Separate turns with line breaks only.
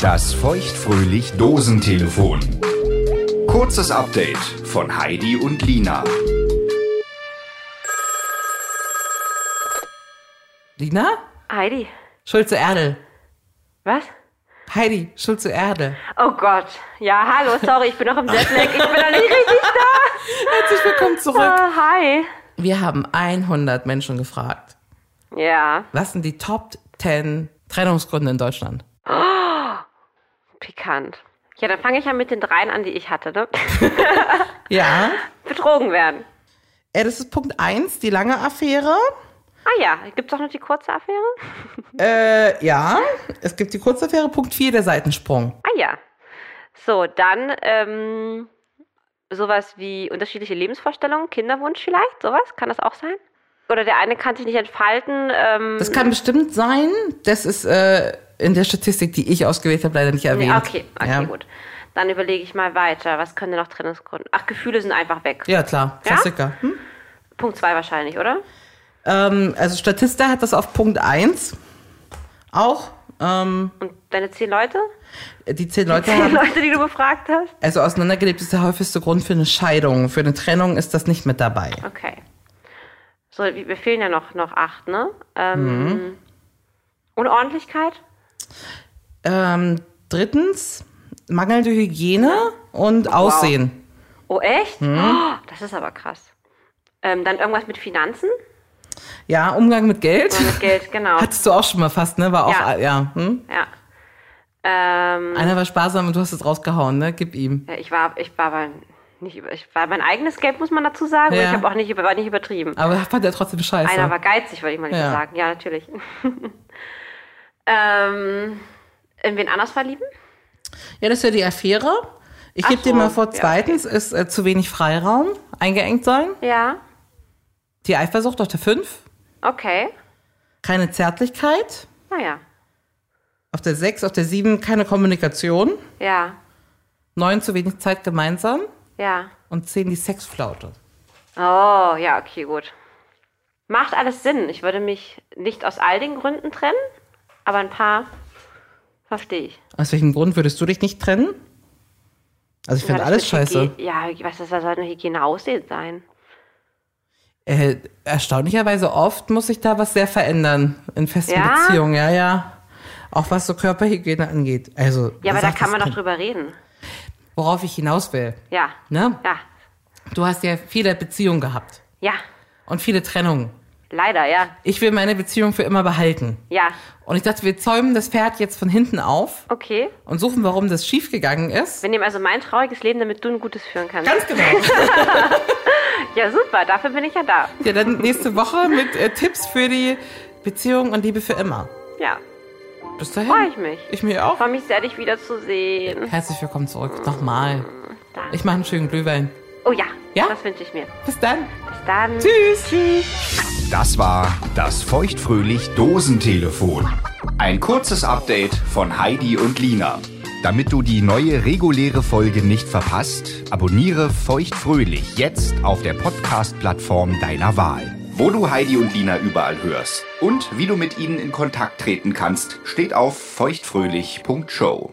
Das feuchtfröhlich Dosentelefon. Kurzes Update von Heidi und Lina.
Lina?
Heidi,
Schulze-Erdel.
was?
Heidi, Schulze-Erdel.
Oh Gott. Ja, hallo, sorry, ich bin noch im Jetlag. Ich bin noch nicht richtig
Herzlich willkommen zurück.
da. Hi.
Wir haben 100 Menschen gefragt.
Ja,
Was sind die Top 10 Trennungsgründe in Deutschland?
pikant. Ja, dann fange ich ja mit den dreien an, die ich hatte, ne?
Ja.
Betrogen werden.
Äh, das ist Punkt 1, die lange Affäre.
Ah ja, gibt's auch noch die kurze Affäre?
Äh, ja. Es gibt die kurze Affäre. Punkt 4, der Seitensprung.
Ah ja. So, dann ähm, sowas wie unterschiedliche Lebensvorstellungen, Kinderwunsch vielleicht, sowas? Kann das auch sein? Oder der eine kann sich nicht entfalten. Ähm,
Das kann bestimmt sein. Das ist äh, in der Statistik, die ich ausgewählt habe, leider nicht
nee,
erwähnt.
okay, okay,
ja.
gut. Dann überlege ich mal weiter. Was können denn noch Trennungsgründe? Ach, Gefühle sind einfach weg.
Ja, klar.
Ja?
Klassiker. Hm?
Punkt 2 wahrscheinlich, oder?
Ähm, also Statista hat das auf Punkt 1 auch. Ähm,
Und deine zehn Leute?
die zehn Leute
Die
haben
Leute, die du befragt hast?
Also auseinandergelebt ist der häufigste Grund für eine Scheidung. Für eine Trennung ist das nicht mit dabei.
Okay. So, wie- wir fehlen ja noch, noch acht, ne? Ähm,
Mhm.
Unordentlichkeit?
Ähm, drittens, mangelnde Hygiene und Aussehen.
Oh, echt?
Mhm.
Oh, das ist aber krass. Ähm, dann irgendwas mit Finanzen?
Ja, Umgang mit Geld.
Oder mit Geld, genau.
Hattest du auch schon mal fast, ne? War auch,
Ja.
ja. hm?
Ja. Ähm,
Einer war sparsam und du hast es rausgehauen, ne? Gib ihm.
ja, ich war, ich war aber nicht über, ich war mein eigenes Geld, muss man dazu sagen. Und
Ja.
ich habe auch nicht, über, war nicht übertrieben.
Aber fand er trotzdem scheiße.
Einer war geizig, würde ich mal
Ja.
sagen. Ja, natürlich. ähm, in wen anders verlieben?
ja, das ist ja die Affäre. Ich
Ach
gebe dir
so,
mal vor,
ja,
zweitens ist äh, zu wenig Freiraum, eingeengt sein.
Ja.
Die Eifersucht auf der 5.
Okay.
Keine Zärtlichkeit.
Naja.
Auf der 6, auf der 7 keine Kommunikation.
Ja.
9 zu wenig Zeit gemeinsam.
Ja.
und 10 die Sexflaute.
Oh, ja, okay, gut. Macht alles Sinn. Ich würde mich nicht aus all den Gründen trennen, aber ein paar verstehe ich.
Aus welchem Grund würdest du dich nicht trennen? Also ich finde
Ja, das
alles
mit
scheiße.
Hygie- Ja, was das soll eine Hygiene aussehen sein?
Äh, erstaunlicherweise oft muss sich da was sehr verändern in festen
Ja?
Beziehungen, ja, ja. Auch was so Körperhygiene angeht. Also,
Ja, aber da
sag das
kann man doch
Kind.
drüber reden.
Worauf ich hinaus will.
Ja.
Ne?
Ja.
Du hast ja viele Beziehungen gehabt
Ja.
und viele Trennungen.
Leider, ja.
Ich will meine Beziehung für immer behalten.
Ja.
Und ich dachte, wir zäumen das Pferd jetzt von hinten auf
Okay.
und suchen, warum das schiefgegangen ist.
Wir nehmen also mein trauriges Leben, damit du ein gutes führen kannst.
Ganz genau.
Ja, super. Dafür bin ich ja da.
Ja, dann nächste Woche mit äh, Tipps für die Beziehung und Liebe für immer.
Ja.
Bis dahin.
Freue ich mich.
Ich mir auch.
Freue mich sehr, dich wiederzusehen.
Herzlich willkommen zurück. Nochmal.
Danke.
Ich mache einen schönen Glühwein.
Oh ja.
Ja?
Das wünsche ich mir.
Bis dann.
Bis dann.
Tschüss.
Tschüss.
Das war das feuchtfröhlich Dosentelefon. Ein kurzes Update von Heidi und Lina. Damit du die neue reguläre Folge nicht verpasst, abonniere feuchtfröhlich jetzt auf der Podcast-Plattform deiner Wahl. Wo du Heidi und Lina überall hörst und wie du mit ihnen in Kontakt treten kannst, steht auf feuchtfröhlich.show.